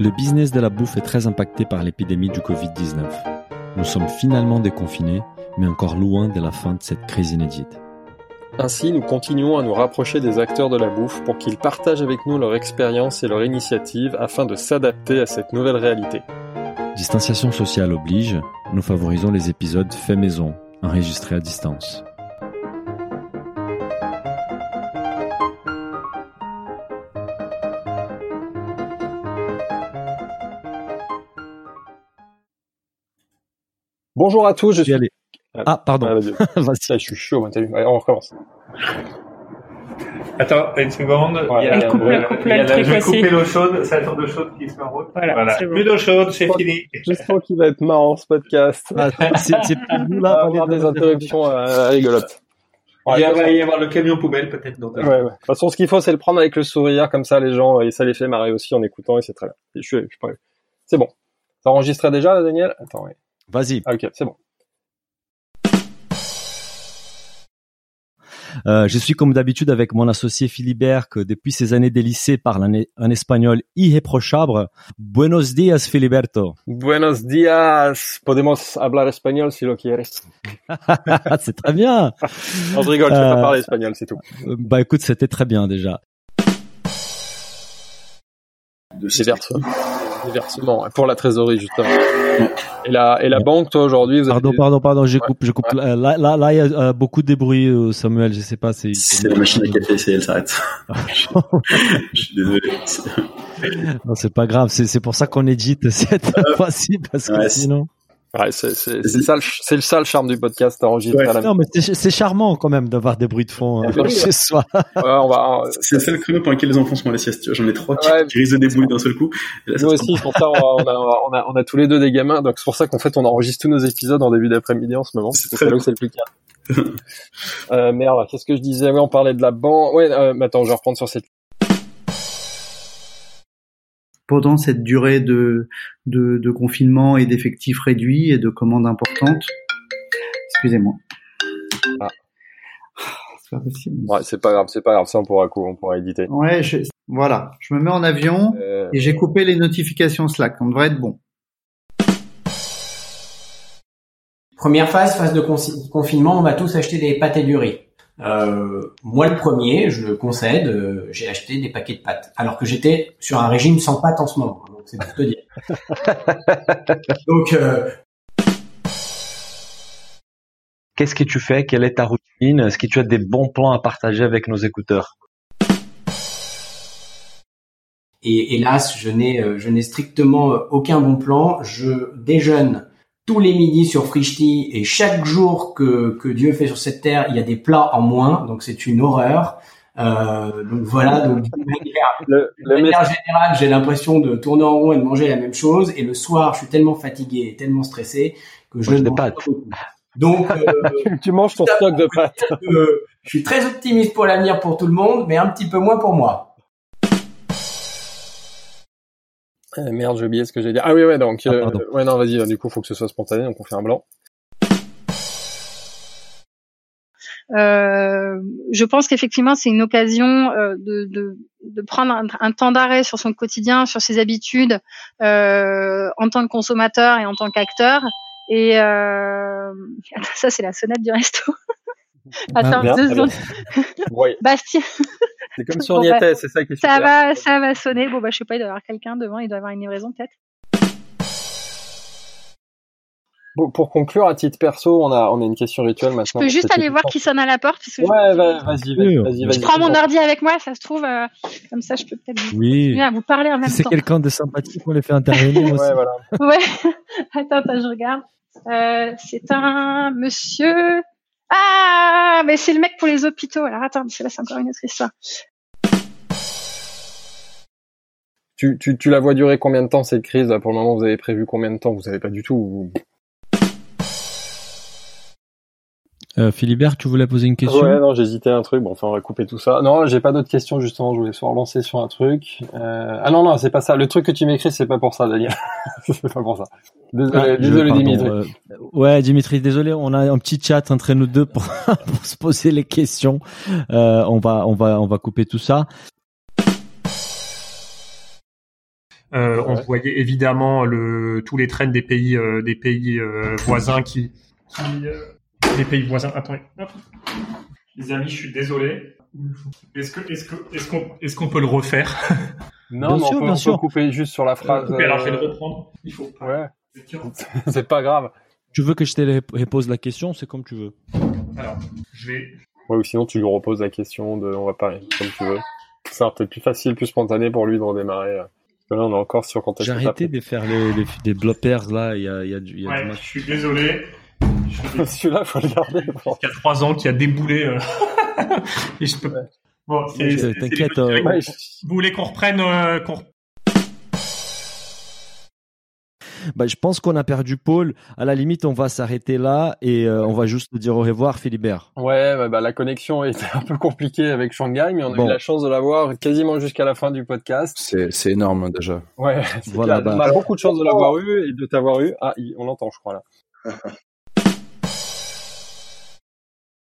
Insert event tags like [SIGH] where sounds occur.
Le business de la bouffe est très impacté par l'épidémie du Covid-19. Nous sommes finalement déconfinés, mais encore loin de la fin de cette crise inédite. Ainsi, nous continuons à nous rapprocher des acteurs de la bouffe pour qu'ils partagent avec nous leur expérience et leur initiative afin de s'adapter à cette nouvelle réalité. Distanciation sociale oblige, nous favorisons les épisodes faits maison, enregistrés à distance. Bonjour à tous, je suis allé. Ah, pardon. Ah, vas-y. Vas-y. Ça, je suis chaud, moi, t'as vu. Allez, on recommence. Attends, une seconde. Voilà. Il y a, Elle coupe, il y a- elle coupe il y a le la- truc je vais aussi. couper l'eau chaude, c'est la tour de chaude qui se met en route. Voilà, c'est bon. Plus d'eau chaude, c'est fini. Je sens qu'il va être marrant ce podcast. Ah, [LAUGHS] c'est c'est plus nous On là. va on est avoir dans des la- interruptions euh, rigolotes. Il y a- il va y avoir le camion poubelle peut-être dans ta- Ouais, ouais. De toute façon, ce qu'il faut, c'est le prendre avec le sourire, comme ça, les gens, et ça les fait marrer aussi en écoutant, et c'est très bien. Je suis, je suis pas- C'est bon. T'as enregistré déjà, là, Daniel Attends, ouais. Vas-y. Ah, ok, c'est bon. Euh, je suis comme d'habitude avec mon associé Philibert que depuis ses années de lycée parle un, un espagnol irréprochable. Buenos días, Filiberto. [LAUGHS] Buenos días. Podemos hablar espagnol si lo quieres. c'est très bien. Non, je rigole, je peux Euh, pas parler espagnol, c'est tout. Euh, Bah écoute, c'était très bien déjà. Des versements. Des versements, hein, pour la trésorerie, justement. Et la, et la banque, toi, aujourd'hui, vous avez Pardon, des- pardon, pardon, je Ouais, coupe, je coupe. Euh, Là, là, là, il y a euh, beaucoup de bruit, euh, Samuel. Je sais pas, c'est. C'est la machine à café, c'est elle s'arrête. Je suis désolé. Non, c'est pas grave. C'est, c'est pour ça qu'on édite [LAUGHS] cette Euh, fois-ci parce que Ouais, c'est- sinon. Ouais, c'est, c'est, c'est ça, le ch- c'est le- ça le charme du podcast enregistré Ouais. à la Non, mais c'est, c'est charmant quand même d'avoir des bruits de fond euh, Ah oui, chez soi. Ouais, on va, C'est le seul créneau pendant lequel les enfants sont à la sieste. tu vois. J'en ai trois qui, Ouais. qui risent de débrouiller d'un seul coup. Et là, ça nous se aussi, c'est pour ça, on a, on a, on a, on a tous les deux des gamins, donc c'est pour ça qu'en fait, on enregistre tous nos épisodes en début d'après-midi en ce moment. C'est C'est très là où c'est le plus calme. euh, merde, qu'est-ce que je disais? Oui, on parlait de la banque. Ouais, euh, mais attends, je vais reprendre sur cette. pendant cette durée de, de, de confinement et d'effectifs réduits et de commandes importantes. Excusez-moi. Ah, Ah. C'est pas possible. Ouais, c'est pas grave, c'est pas grave, ça, on pourra, cou- on pourra éditer. Ouais, je- voilà. Je me mets en avion Euh, et j'ai coupé les notifications Slack. On devrait être bon. Première phase, phase de consi- confinement, on va tous acheter des pâtes égurées. Euh, moi le premier, je le concède, euh, j'ai acheté des paquets de pâtes, alors que j'étais sur un régime sans pâtes en ce moment, hein, donc c'est pour te dire. donc euh, Qu'est-ce que tu fais Quelle est ta routine Est-ce que tu as des bons plans à partager avec nos écouteurs Et hélas, je n'ai euh, je n'ai strictement euh, aucun bon plan. Je déjeune tous les midis sur Frishti et chaque jour que, que Dieu fait sur cette terre, il y a des plats en moins, donc c'est une horreur. Euh, donc voilà, donc d'une manière, le, le d'une message- manière générale, j'ai l'impression de tourner en rond et de manger la même chose. Et le soir, je suis tellement fatigué et tellement stressé que je Mange ne des mange pas pâtes. beaucoup. Donc euh, [LAUGHS] tu manges ton stock de pâtes. euh, je suis très optimiste pour l'avenir pour tout le monde, mais un petit peu moins pour moi. Euh, merde, j'ai oublié ce que j'ai dit. Ah oui, ouais, donc, Ah, euh, pardon. ouais, non, vas-y, du coup, faut que ce soit spontané, donc on fait un blanc. Euh, je pense qu'effectivement, c'est une occasion euh, de, de, de prendre un, un temps d'arrêt sur son quotidien, sur ses habitudes, euh, en tant que consommateur et en tant qu'acteur. Et euh, [LAUGHS] attends, ça, c'est la sonnette du resto. [LAUGHS] Ah, Attends, bien, deux très bien. secondes. Ouais, Bastien, c'est comme si on y Bon, bah, était, c'est ça qui est ça super. va, ça va sonner. Bon, bah, je sais pas, il doit y avoir quelqu'un devant, il doit y avoir une livraison peut-être. Bon, pour conclure, à titre perso, on a, on a une question rituelle Je maintenant. peux juste C'était aller tout voir le qui sonne à la porte. Parce que temps. Ouais, va- vas-y, vas-y, Sûr. vas-y, Je je, vas-y. je prends mon ordi avec moi, ça se trouve, euh, comme ça, je peux peut-être vous- Oui. à vous parler en même Si c'est temps. quelqu'un de sympathique, on les fait intervenir aussi. [LAUGHS] Ouais, voilà. Ouais. [LAUGHS] Attends, attends, je regarde. Euh, c'est un monsieur. Ah, mais c'est le mec pour les hôpitaux. Alors attends, mais là c'est encore une autre histoire. Tu, tu, tu la vois durer combien de temps cette crise là, Pour le moment, vous avez prévu combien de temps Vous savez pas du tout. vous- Euh, Philibert, tu voulais poser une question Ouais, non, j'hésitais à un truc. Bon, enfin, on va couper tout ça. Non, j'ai pas d'autres questions justement. Je voulais se relancer sur un truc. Euh, Ah non, non, c'est pas ça. Le truc que tu m'écris, c'est pas pour ça, Daniel. [LAUGHS] c'est pas pour ça. Désolé, Ah, je- désolé, pardon, Dimitri. euh, ouais, Dimitri, désolé, on a un petit chat entre nous deux pour, [LAUGHS] pour se poser les questions. Euh, on va, on va, on va couper tout ça. Euh, On Ouais. voyait évidemment le, tous les trains des pays, euh, des pays euh, voisins qui, qui, euh, des pays voisins. Attendez. hop. Les amis, je suis désolé. Est-ce que, est-ce que, est-ce qu'on, est-ce qu'on peut le refaire Non, Bien mais on sûr, peut- bien on peut, sûr. couper juste sur la phrase. Couper, alors je vais le euh, reprendre. Il faut pas. Ouais, [LAUGHS] c'est pas grave. Tu veux que je te ré- repose la question C'est comme tu veux. Alors, je vais, Ouais, ou sinon tu lui reposes la question de on va parler comme tu veux. Ça peut être plus facile, plus spontané pour lui de redémarrer. euh. Parce que là, on est encore sur quand J'ai arrêté de faire les, les, les bloopers là. Il y a, il y a du, il y a du ouais, je match. suis désolé. Je suis désolé. [LAUGHS] Celui-là, faut le garder. bon. Il y a trois ans qui a déboulé. euh, [LAUGHS] et je peux- Ouais. Bon, c'est- Ouais, c'est- t'inquiète, c'est- euh, [LAUGHS] Ouais, je- Vous voulez qu'on reprenne euh, qu'on re- Bah, je pense qu'on a perdu Paul. À la limite, on va s'arrêter là et euh, on va juste dire au revoir, Philibert. Ouais, bah, bah, la connexion était un peu compliquée avec Shanghai, mais on a Bon. eu la chance de l'avoir quasiment jusqu'à la fin du podcast. C'est c'est énorme hein, déjà. Ouais, [LAUGHS] c'est Voilà, clair. bah. on a beaucoup de chance de l'avoir eu et de t'avoir eu. Ah, il- on l'entend, je crois, là. [LAUGHS]